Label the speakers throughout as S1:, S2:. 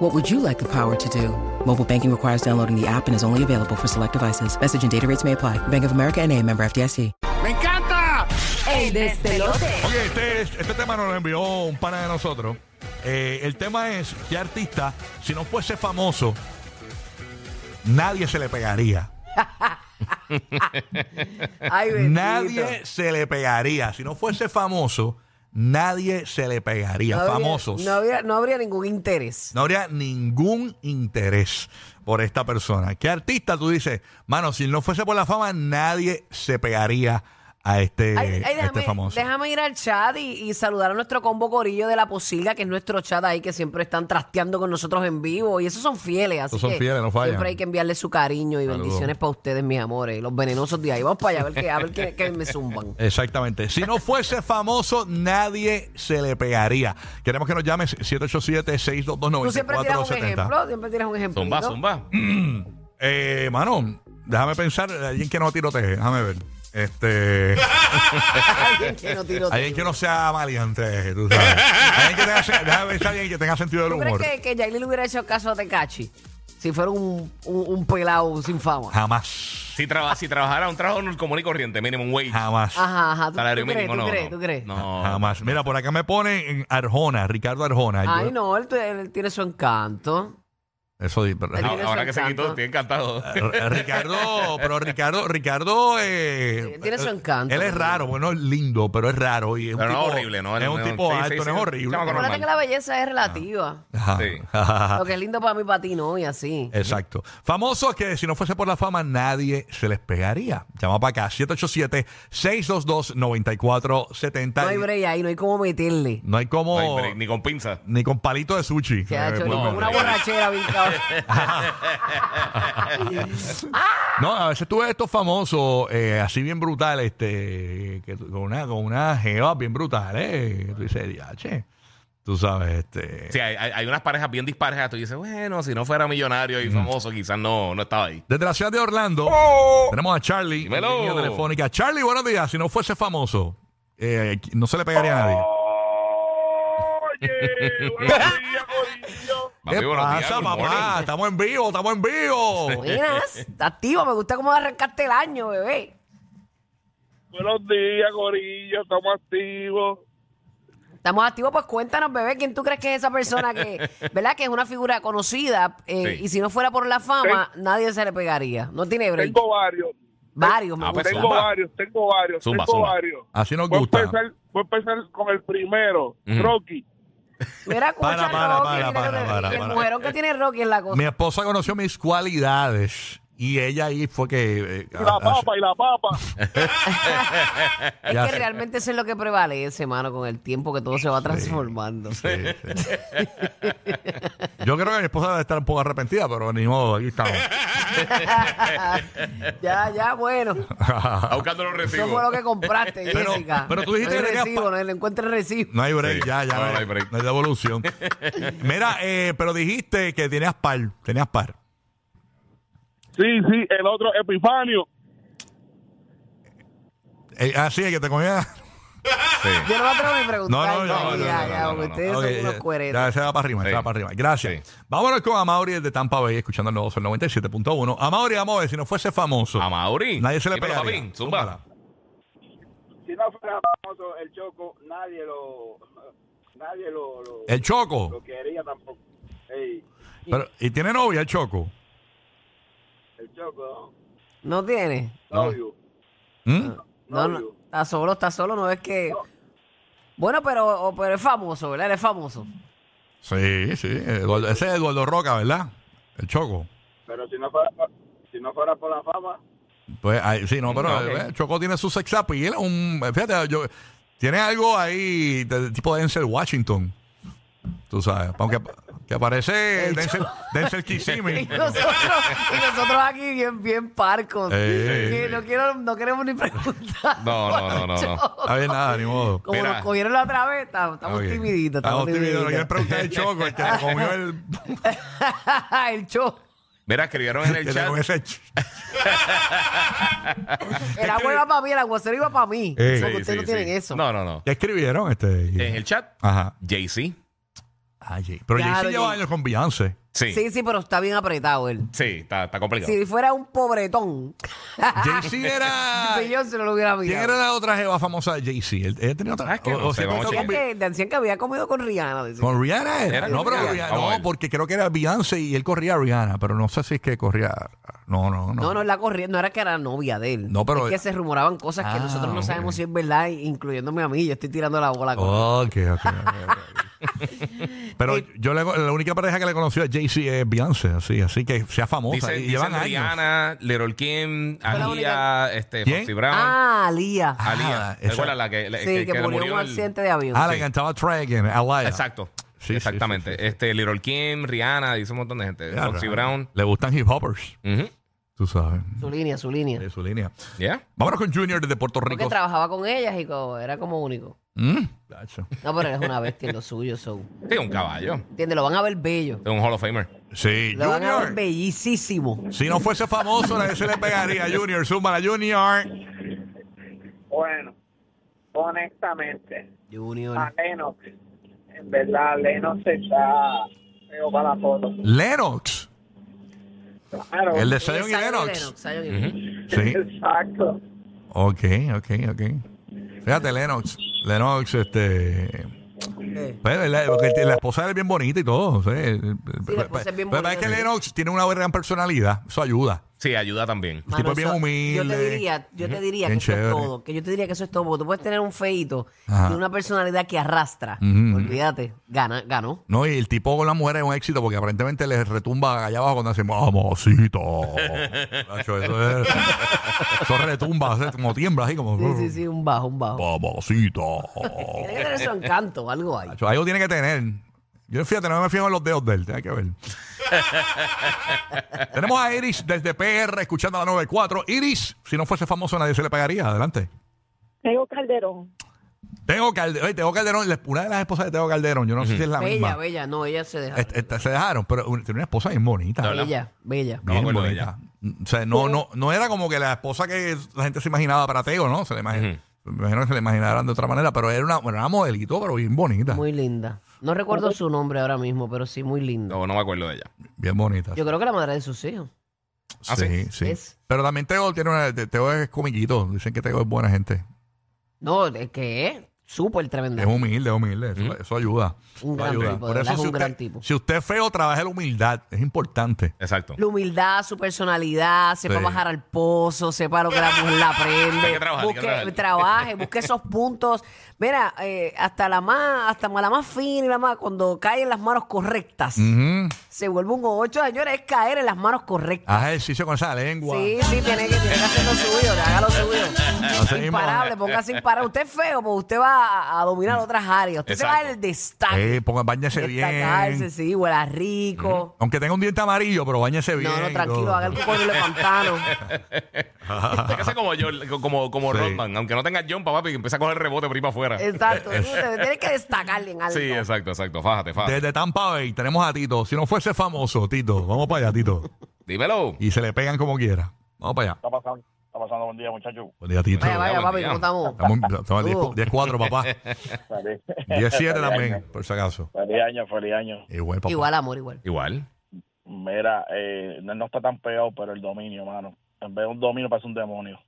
S1: What would you like the power to do? Mobile banking requires downloading the app and is only available for select devices. Message and data rates may apply. Bank of America and a member FDIC.
S2: ¡Me encanta!
S3: El despelote.
S4: Oye, este, es- este tema nos lo envió un pana de nosotros. Eh, el tema es que artista, si no fuese famoso, nadie se le pegaría.
S3: Ay, bendito.
S4: Nadie se le pegaría. Si no fuese famoso, nadie se le pegaría.
S3: No habría-
S4: Famosos.
S3: No habría, no habría ningún interés.
S4: No habría ningún interés por esta persona. ¿Qué artista tú dices? Mano, si no fuese por la fama, nadie se pegaría a este,
S3: Ay, ay,
S4: a este
S3: déjame,
S4: famoso.
S3: déjame ir al chat y, y saludar a nuestro combo corillo de la posilga, que es nuestro chat ahí, que siempre están trasteando con nosotros en vivo. Y esos son fieles, así
S4: Esos son
S3: que
S4: fieles, no fallan.
S3: siempre hay que enviarle su cariño y
S4: Saludos.
S3: bendiciones para ustedes, mis amores. Los venenosos de ahí. Vamos para allá a ver qué, a ver qué, qué me zumban.
S4: Eh, Exactamente. Si no fuese famoso, nadie se le pegaría. Queremos que nos llames
S3: Tú siempre tiras un
S4: 787-622-9470.
S3: ejemplo, siempre tiras un ejemplo.
S5: Zumba, zumba.
S4: Eh, mano, déjame pensar. Alguien que no tirotee, déjame ver. Este,
S3: Alguien que no tirotee.
S4: alguien que no sea maleante, tú sabes. Alguien que tenga, se- déjame pensar alguien que tenga sentido del
S3: ¿Tú crees
S4: humor.
S3: que, que Yailin le hubiera hecho caso a Tecachi? Si fuera un, un, un pelado sin fama.
S4: Jamás,
S5: Si, traba- si trabajara un trabajo normal, común y corriente, mínimo un wage.
S4: jamás,
S3: Ajá, ajá. ¿Tú,
S5: Salario
S3: tú crees, tú
S5: mínimo, no.
S3: crees,
S5: no.
S3: tú crees?
S5: No.
S4: jamás. Mira, por acá me ponen Arjona, Ricardo Arjona. Yo-
S3: Ay, no, él, él tiene su encanto.
S4: Eso di- pero-
S3: Ay,
S5: Ah,
S3: Tiene su
S5: Ahora que se
S3: encanto.
S5: quitó, estoy encantado.
S4: R- Eh, Ricardo, pero Ricardo, Ricardo eh,
S3: Tiene su
S4: eh,
S3: encanto.
S4: Él es raro, bueno, es lindo, pero es raro. Y es
S5: Pero
S4: un
S5: no
S4: tipo,
S5: horrible, ¿no?
S4: Es un
S5: No,
S4: tipo
S5: sí, sí,
S4: alto,
S5: sí.
S4: no es horrible.
S5: Chamaco
S3: Acuérdate
S5: normal.
S3: que la belleza es relativa.
S4: Ajá.
S5: Sí.
S3: Lo que es lindo para mí, para ti no, y así.
S4: Exacto. Famosos que si no fuese por la fama, nadie se les pegaría. Llama para acá,
S3: No hay
S4: 787-622-9470.
S3: break ahí, no hay cómo meterle.
S4: No hay como.
S5: No hay break, ni con pinza.
S4: Ni con palito de sushi.
S3: Se ha
S4: Eh,
S3: hecho
S4: pues,
S3: como
S4: no.
S3: una borrachera, bien cabrón.
S4: No, a veces tú ves estos famosos eh, así bien brutales, este, que tú- con una, con una jeva bien brutal, eh. que Tú dices, "Ya, che. Tú sabes, este.
S5: Sí, hay, hay- hay unas parejas bien disparejas. Tú dices, bueno, si no fuera millonario y famoso, quizás no, no estaba ahí.
S4: Desde la ciudad de Orlando tenemos a Charlie en
S5: Oh. Dímelo.
S4: línea telefónica. Charlie, buenos días. Si no fuese famoso, eh, no se le pegaría a nadie.
S5: Oh.
S6: Oye, buenos días, Corillo.
S5: Papi,
S4: ¿Qué
S5: buenos días,
S4: pasa,
S5: good
S4: papá?
S5: morning.
S4: Estamos en vivo, estamos en vivo.
S3: Buenas, activo, me gusta cómo arrancaste el año, bebé.
S6: Buenos días, Corillo. Estamos activos.
S3: Estamos activos, pues cuéntanos, bebé, quién tú crees que es esa persona que, ¿verdad? Que es una figura conocida eh,
S5: Sí.
S3: y si no fuera por la fama, nadie se le pegaría. No tiene break.
S6: Tengo varios.
S3: Varios, me
S5: Ah, pues,
S3: gusta.
S6: Tengo
S5: Zumba.
S6: varios, tengo varios,
S5: Zumba,
S6: tengo
S5: zumba.
S6: varios.
S4: Así nos
S6: Voy
S5: Pues,
S6: a
S4: gusta.
S6: empezar, voy a empezar con el primero,
S5: Ujú.
S6: Rocky.
S3: Mira, escucha
S4: Para, para,
S3: Rocky,
S4: para,
S3: mira,
S4: para,
S3: mira,
S4: para,
S3: el
S4: para.
S3: mujerón que tiene Rocky es la cosa.
S4: Mi esposa conoció mis cualidades y ella ahí fue que. eh,
S6: Y la
S4: a- a-
S6: papa, y la papa.
S3: Es
S4: Ya
S3: que
S4: sé.
S3: realmente eso es lo que prevalece, mano, con el tiempo que todo se va transformando.
S4: Sí, sí. Yo creo que mi esposa debe estar un poco arrepentida, pero ni modo, aquí estamos.
S3: ya, ya, bueno.
S5: Está buscando los
S3: Eso fue
S5: recibos.
S3: lo que compraste,
S4: Pero-
S3: Jessica.
S4: pero tú dijiste
S3: no hay
S4: que tenías
S3: recibo,
S4: pa-
S3: no no encuentres recibo.
S4: No hay break,
S5: Sí.
S4: ya, ya.
S5: No,
S4: No, hay,
S5: no hay break.
S4: no hay devolución. Mira, eh, pero dijiste que tenías par, tenías par.
S6: Sí, sí, el otro, Epifanio.
S4: Eh, así es que te comía.
S5: Sí.
S3: Yo no me atrevo ni a preguntar.
S4: No, no, no,
S3: ya,
S4: no,
S3: ya,
S5: no,
S3: ya,
S5: no,
S3: porque
S5: no,
S3: ustedes
S4: Ok,
S3: son
S4: ya,
S3: unos cueretos.
S4: ya, se va para arriba, se
S5: Sí.
S4: va para arriba. Gracias. Vámonos con Amaury de Tampa Bay, escuchando el nuevo Sol 97.1. Amaury, vamos a ver, si no fuese famoso,
S5: A Mauri.
S4: nadie se le
S5: Dímelo,
S4: pegaría.
S5: papi, Zumba.
S7: si no fuera famoso el Choco, nadie lo nadie lo, lo,
S4: El Choco.
S7: lo quería tampoco. Ey,
S4: Pero, ¿Y tiene novia el Choco?
S7: el Choco,
S3: No tiene.
S7: no, obvio.
S4: ¿Mm?
S3: No, no,
S7: Obvio.
S3: está solo, está solo, no es que. Bueno, pero, o- pero es famoso, ¿verdad? Él es famoso.
S4: Sí, sí. Eduardo- ese es Eduardo Roca, ¿verdad? El Choco.
S7: pero si no fuera si no fuera por la fama,
S4: Pues ahí- sí, no, pero
S5: Ok.
S4: eh, el Choco tiene su sex appeal, un fíjate, yo tiene algo ahí de, tipo de Denzel Washington. Tú sabes, aunque Te aparece
S3: El
S4: Denzel,
S3: Cho-
S4: Denzel
S3: Y
S4: Kissimmee.
S3: nosotros, y nosotros aquí bien, bien parcos.
S4: Eh.
S3: Que no, quiero, no queremos ni preguntar.
S5: No, no, no, no, no.
S4: A ver, nada, ni modo.
S3: Como
S5: Mira.
S3: nos cogieron la otra vez, estamos, estamos
S4: Ok.
S3: timiditos. Estamos,
S4: No quieres
S3: timiditos.
S4: preguntar el choco, el que te comió el.
S3: el show.
S5: Mira, escribieron en
S4: el
S5: el
S4: que te
S5: chat.
S4: comió ese ch-
S3: El agua iba para mí, el aguacero iba para mí.
S4: Eh.
S3: Eso que
S5: Sí,
S3: ustedes no
S5: sí,
S3: tienen
S5: sí.
S3: eso.
S5: No, no, no.
S4: ¿Ya escribieron este?
S5: En el chat,
S4: Ajá.
S5: Jay-Z.
S4: Ah, Jay. Pero
S3: Claro,
S4: Jay sí lleva
S3: Jay.
S4: años con Beyoncé.
S5: Sí. Sí,
S3: Sí, sí, pero está bien apretado él.
S5: está, está complicado.
S3: Si fuera un pobretón,
S5: Ah,
S4: Jay-Z era.
S3: yo se no lo hubiera
S4: ¿Quién era
S3: mirado.
S4: la otra jeva famosa de Jay-Z? Él, él tenía otra.
S5: Ah, es que no sé,
S4: siempre
S5: vamos a
S4: fue
S5: chequear.
S4: con, Bi-
S3: Decían que, decían que había comido con Rihanna. decían.
S4: con Rihanna era.
S5: Era
S4: no,
S5: con
S4: pero
S5: Rihanna.
S4: Rihanna-
S5: Vamos a
S4: no,
S5: ver.
S4: porque creo que era Beyoncé y él corría a Rihanna, pero no sé si es que corría. No, no, no.
S3: No, no, la corriente no era que era novia de él.
S4: No, pero-
S3: Es que se rumoraban cosas que
S4: Ah,
S3: nosotros no
S4: ok. Oh.
S3: sabemos si es verdad, incluyéndome a mí. Yo estoy tirando la bola. con-
S4: Ok, ok, ok, ok. Pero yo le- la única pareja que le conoció a Jay-Z es Beyoncé, así, así que sea famosa.
S5: Dicen,
S4: y
S5: dicen
S4: llevan años.
S5: Rihanna, Little Kim,
S3: Fue la única-
S5: Alia, este,
S4: ¿Quién?
S5: Foxy Brown.
S3: Ah, Lía.
S4: Ah,
S5: Alia.
S4: esa-
S5: ¿Recuerdas la que, la-
S3: sí, que,
S5: le
S3: murió en un
S5: el-
S3: accidente de avión.
S4: Ah, la
S5: Sí.
S4: que cantaba Try Again, Alaya.
S5: Exacto.
S4: Sí, sí,
S5: Exactamente.
S4: sí, sí, sí.
S5: Este, Little Kim, Rihanna, dice un montón de gente.
S4: Ya,
S5: Foxy
S4: ra-
S5: Brown.
S4: Le gustan hip hoppers,
S5: Ujú.
S4: tú sabes.
S3: Su línea, su línea.
S4: De su línea.
S5: ¿Ya?
S4: Vámonos con Junior desde Puerto
S3: Porque
S4: Rico.
S3: trabajaba con ellas y co- era como único.
S4: Mm, tacho.
S3: No, pero él es una bestia en lo suyo. So.
S5: Sí, un caballo.
S3: ¿Entiendes? Lo van a ver bello.
S5: Un Hall of Famer.
S4: Sí,
S3: Lo van a ver
S4: Junior.
S3: bellísimo.
S4: Si no fuese famoso, nadie se le pegaría. Junior, súmala, Junior.
S7: Bueno, honestamente, a
S6: Ah,
S3: Junior.
S7: Lennox, en verdad, Lennox está feo para la foto.
S4: Lennox.
S7: Claro.
S4: El de Zion y Lennox.
S3: Zion y Lennox.
S5: Ujú.
S4: Sí.
S7: Exacto.
S4: Ok, ok, ok. Fíjate, Lennox. Lennox, este.
S3: Eh,
S4: Pues, ¿verdad? Porque el- la esposa es bien bonita y todo. Sí, Pues, El-
S3: Sí, la esposa es bien
S4: Pero es
S3: bonita.
S4: que Lennox tiene una gran personalidad. Eso ayuda.
S5: Sí, ayuda también.
S4: El tipo es bien
S3: eso- Yo
S4: humilde.
S3: te diría, yo te diría
S4: Bien
S3: que eso es
S4: chévere.
S3: todo. Que yo te diría que eso es todo. Porque tú puedes tener un feito
S4: Ajá.
S3: y una personalidad que arrastra.
S4: Ujú.
S3: Olvídate. Gana, ganó.
S4: No, y el tipo con la mujer es un éxito porque aparentemente les retumba allá abajo cuando hacen mamacito. Nacho, eso, es, eso retumba, hace como tiembla así como
S3: Sí, sí, sí, un bajo, un bajo.
S4: mamacito.
S3: Tiene que tener su encanto, algo ahí.
S4: Nacho, algo tiene que tener. Yo fíjate, no me fijo en los dedos de él, hay que ver. Tenemos a Iris desde PR escuchando a la 94. Iris, si no fuese famoso nadie se le pagaría. Adelante.
S2: Tengo Calderón.
S4: Tengo Calderón, oye, Tego Calderón, la- una de las esposas de Tego Calderón, yo no sé si es la
S3: bella,
S4: misma. Este,
S3: bella. No, ella se deja.
S4: Est- est- se dejaron, pero un- tiene una esposa bien bonita.
S5: La verdad.
S3: Bella, bella.
S5: No me
S4: Bien
S5: acuerdo de
S4: bonita. O sea, no, no, no era como que la esposa que la gente se imaginaba para Teo, ¿no? Se le imagina- Me imagino que se le imaginaran de otra manera, pero era una, era una modelito, pero bien bonita.
S3: Muy linda. No recuerdo su nombre ahora mismo, pero sí, muy linda.
S5: No, no me acuerdo de ella.
S4: Bien bonita.
S3: Yo creo que la madre de sus hijos.
S5: ¿Ah,
S4: sí, sí.
S3: Es-
S4: Pero también Teo tiene una, Teo es comiquito. Dicen que Teo es buena gente.
S3: No, es que es súper tremenda.
S4: Es humilde, es humilde. Eso,
S5: Ujú.
S4: eso ayuda.
S3: Un
S4: Eso
S3: gran
S4: ayuda.
S3: tipo, de
S4: Por
S3: verdad
S4: eso,
S3: es
S4: si
S3: un
S4: usted,
S3: gran tipo.
S4: si usted es feo, trabaje la humildad. Es importante.
S5: Exacto.
S3: La humildad, su personalidad, sepa
S4: Sí.
S3: bajar al pozo, sepa lo que la mujer la aprende.
S5: Hay que trabajar, hay que
S3: busque,
S5: trabajar.
S3: trabaje, busque esos puntos. Mira, eh, hasta la más, hasta la más fina y la más, cuando cae en las manos correctas,
S4: Ujú.
S3: se vuelve un ocho, señores, es caer en las manos correctas.
S4: Haz ejercicio con esa lengua.
S3: Sí, sí, tiene que, tiene que hacer lo suyo, haga lo
S4: Así
S3: suyo.
S4: mismo.
S3: Imparable, póngase imparable. Usted es feo, pues usted va a, a dominar otras áreas. Usted se va
S5: Exacto.
S3: al destaque.
S4: Eh, ponga, báñese
S3: destacarse,
S4: bien.
S3: sí, huela rico.
S4: Aunque tenga un diente amarillo, pero báñese bien.
S3: No, no,
S4: y
S3: tranquilo,
S4: todo.
S3: haga el cocodrilo de pantano.
S5: Hay que hacer como yo, como, como
S4: Sí.
S5: Rodman. Aunque no tenga jump, papi, que empieza a coger rebote por ahí para afuera.
S3: Exacto. Tienes que destacarle en algo.
S5: Sí, exacto, exacto. Fájate, fájate.
S4: Desde Tampa Bay tenemos a Tito. Si no fuese famoso, Tito, vamos para allá, Tito.
S5: Dímelo.
S4: Y se le pegan como quiera. Vamos para allá.
S6: Está pasando, está pasando buen día, muchachos.
S4: Buen día, Tito.
S3: Vaya, vaya,
S5: Buen
S3: papi,
S5: día.
S3: ¿cómo estamos?
S4: Estamos, estamos
S3: Saludos.
S4: 10-4, papá. 17 también, por si acaso.
S6: Feliz año, feliz año.
S4: Igual, papá.
S3: Igual, amor, igual.
S5: Igual.
S6: Mira, eh, no, no está tan pegado, pero el dominio, mano. En vez de un dominio, parece un demonio.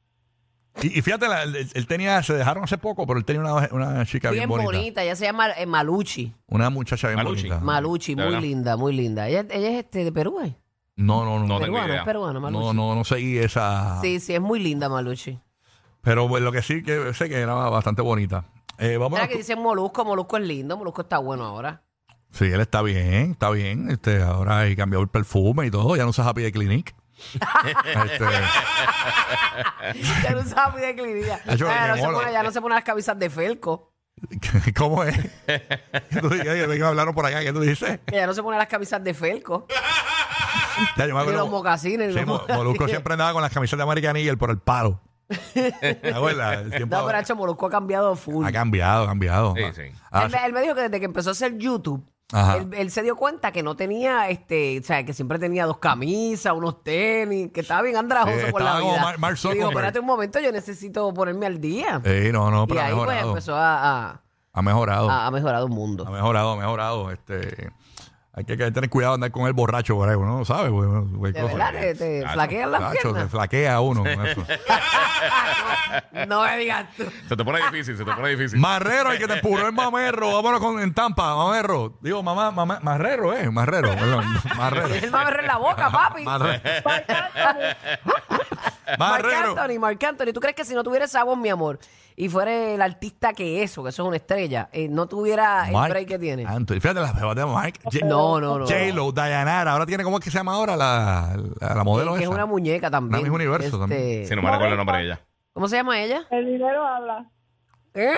S4: Y, y fíjate, la- él, él tenía, se dejaron hace poco, pero él tenía una, una chica
S3: Bien
S4: bien, bonita. Ah,
S3: bonita, ella se llama eh, Maluchi.
S4: Una muchacha bien
S5: Maluchi.
S4: bonita.
S3: Maluchi,
S5: De
S3: muy
S5: verdad.
S3: linda, muy linda. Ella, ella es este, de Perú, ¿eh?
S4: No, no, no.
S5: No tengo
S3: Peruano,
S5: idea.
S3: es peruano, Maluchi.
S4: No, no, no seguí esa.
S3: Sí, sí, es muy linda Maluchi.
S4: Pero bueno, lo que sí que sé que era bastante bonita. Eh, vamos
S3: Mira que dicen Molusco, Molusco es lindo, Molusco está bueno ahora.
S4: Sí, él está bien, está bien. Este, ahora y cambió el perfume y todo. Ya no usa Happy de Clinic. este,
S3: ya no sabe de clínica.
S4: Hacho,
S3: Ah,
S4: me
S3: no se
S4: molo.
S3: pone- ya no se pone las camisas de felco.
S4: ¿Cómo es? Tú dices, "Oye, hablaron por acá, ¿qué tú dices?
S3: Ella no se pone las camisas de felco.
S4: Ya, yo me
S3: Y los mocasines.
S4: Ah, Sí,
S3: los
S4: Mo-
S3: mocasines.
S4: Molusco siempre andaba con las camisetas de American Eagle por el palo. ¿Te acuerdas? El tiempo
S3: No, pero
S4: ha,
S3: Hacho Molusco ha cambiado full.
S4: ha cambiado, ha cambiado.
S5: Sí, sí.
S4: Ah,
S3: él, me- él me dijo que desde que empezó a hacer YouTube,
S4: Ajá.
S3: él, él se dio cuenta que no tenía, este, o sea, que siempre tenía dos camisas, unos tenis, que estaba bien andrajoso
S4: Sí,
S3: por
S4: estaba
S3: la
S4: como
S3: vida.
S4: Mar- Mark
S3: y dijo,
S4: Zuckerberg.
S3: espérate un momento, yo necesito ponerme al día.
S4: sí, no, no,
S3: y
S4: pero ha
S3: ahí pues
S4: mejorado. Ah,
S3: empezó Ah. a, a-
S4: Ha mejorado.
S3: a- a mejorar un mundo.
S4: Ha mejorado, ha mejorado. Este, hay que hay que tener cuidado de andar con el borracho por ahí, uno no sabe, güey. güey, güey,
S3: De
S4: cosa.
S3: verdad, te, te
S5: Hacho,
S3: flaquean las
S4: Tacho, se
S3: piernas.
S4: flaquea uno con eso.
S3: no, no me digas tú.
S5: Se te pone difícil, se te pone difícil.
S4: Marrero, el que te empurró en Mamerro. Vámonos con, en Tampa, Mamerro. Digo, mamá, mamá, Marrero, eh. Marrero, perdón.
S3: Él
S4: Marrero.
S3: me agarró en la boca, papi.
S4: Marrero.
S2: Marc Anthony,
S3: Marc
S4: Marrero.
S3: Anthony, Marc Anthony. ¿Tú crees que si no tuviera esa voz, mi amor, y fuera el artista que es, o que eso es una estrella, eh, no tuviera el
S4: Mark
S3: break que tiene?
S4: Anthony. Fíjate las pepas de Mike. J-
S3: No, no, no.
S4: J-Lo, Dayanara. Ahora tiene, ¿cómo es que se llama ahora la, la, la modelo
S3: Eh, que es
S4: esa?
S3: una muñeca también. Este,
S4: Una Miss Universo también.
S5: Si no me recuerdo el nombre de ella.
S3: ¿Cómo se llama ella?
S2: el dinero habla.
S3: ¿Eh?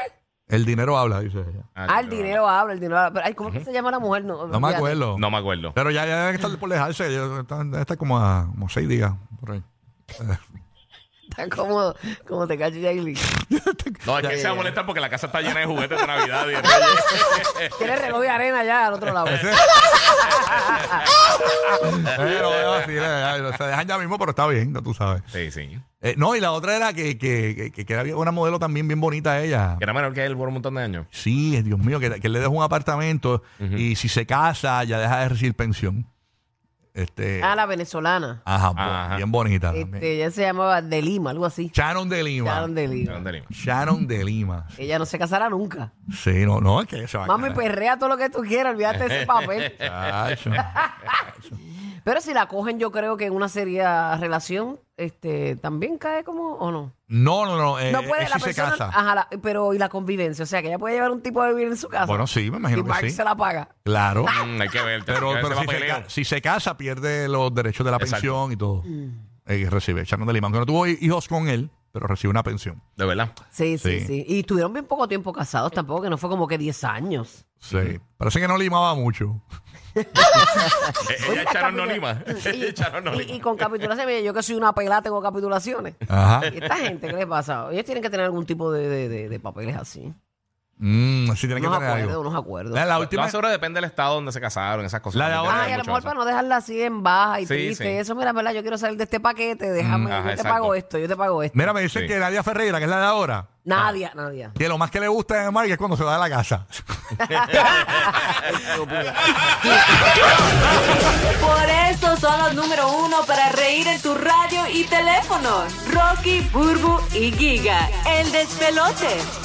S4: El dinero habla, dice ella.
S3: Ah, el dinero habla, el dinero habla. Pero, ay, ¿Cómo es que se llama la mujer? No,
S4: No me
S3: fíjate.
S4: acuerdo.
S5: No me acuerdo.
S4: Pero ya, ya deben estar por dejarse. Ya están- Deben estar como a como seis días por ahí.
S5: Eh,
S3: Está como, como te cacho, Jailin.
S5: No, es que se va a molestar porque la casa está llena de juguetes de Navidad. y de Reyes.
S3: Tiene reloj de arena ya al otro lado.
S4: Eh, no, no, sí, eh, eh, se dejan ya mismo, pero está bien, ya tú sabes.
S5: sí, sí.
S4: Eh, no, y la otra era que, que, que- que, que era una modelo también bien bonita ella.
S5: Que era menor que él por un montón de años.
S4: Sí, eh, Dios mío, que, que él le deja un apartamento y si se casa ya deja de recibir pensión. Este,
S3: Ah, la venezolana.
S4: ajá, bo-
S5: Ajá.
S4: bien bonita Ah, también.
S3: Este, ella se llamaba De Lima, algo así.
S4: Sharon de Lima.
S3: Sharon de Lima.
S5: Sharon de Lima.
S4: Sharon de Lima.
S3: Ella no se casará nunca.
S4: Sí, no, no, es que se va a
S3: Mami, pues.
S4: casar.
S3: perrea todo lo que tú quieras, olvídate de ese papel.
S4: Chacho.
S3: Pero si la cogen, yo creo que en una seria relación, este, también cae como, ¿o no?
S4: No, no, no. eh,
S3: no puede
S4: eh,
S3: la
S4: si se
S3: persona.
S4: casa.
S3: Ajá, la- pero y la convivencia. O sea, que ella puede llevar un tipo a vivir en su casa.
S4: Bueno, sí, me imagino
S3: y Mark
S4: que sí.
S3: se la Ah. paga.
S4: Claro.
S5: Mm, hay que ver.
S4: Pero,
S5: hay que ver
S4: pero
S5: ese
S4: si, se,
S5: papeleo.
S4: ca- si se casa, pierde los derechos de la
S5: Exacto.
S4: pensión y todo.
S3: Mm.
S4: Eh, que recibe Sharon de Lima. Aunque no tuvo hi- hijos con él, pero recibe una pensión.
S5: De verdad.
S3: Sí, sí,
S4: Sí.
S3: sí, Y estuvieron bien poco tiempo casados tampoco, que no fue como que 10 años.
S4: Sí. Parece que no limaba mucho.
S5: Eh,
S3: Oye,
S5: Ella
S3: la
S5: echaron no
S3: capitu-
S5: lima. Ella echaron no
S3: Y, y- y
S5: lima.
S3: con capitulaciones, mire, yo que soy una pelada tengo capitulaciones.
S4: Ajá.
S3: ¿Y esta gente qué les pasa? Ellos tienen que tener algún tipo de, de- de- de papeles así.
S4: Mm, sí, tiene que
S3: Unos
S4: tener
S3: acuerdos,
S4: algo.
S3: unos acuerdos.
S4: La, la
S5: Lo
S4: última.
S5: más seguro depende del estado donde se casaron, esas cosas.
S4: La de
S5: También
S4: ahora-
S3: Ay,
S5: tiene
S3: a lo
S5: mucho
S3: mejor
S5: eso.
S3: para no dejarla así en baja y
S5: Sí,
S3: triste.
S5: sí. Mm,
S3: Eso, mira, ¿verdad? Yo quiero salir de este paquete, déjame,
S5: ajá,
S3: yo te
S5: exacto.
S3: pago esto, yo te pago esto.
S4: Mira, me dicen
S5: Sí.
S4: que Nadia Ferreira, que es la de ahora,
S3: Nadia, Nadia.
S4: que lo más que le gusta de Mark es cuando se va de la casa.
S5: pues.
S8: Por eso son los número uno para reír en tu radio y teléfono. Rocky, Burbu y Giga. El despelote.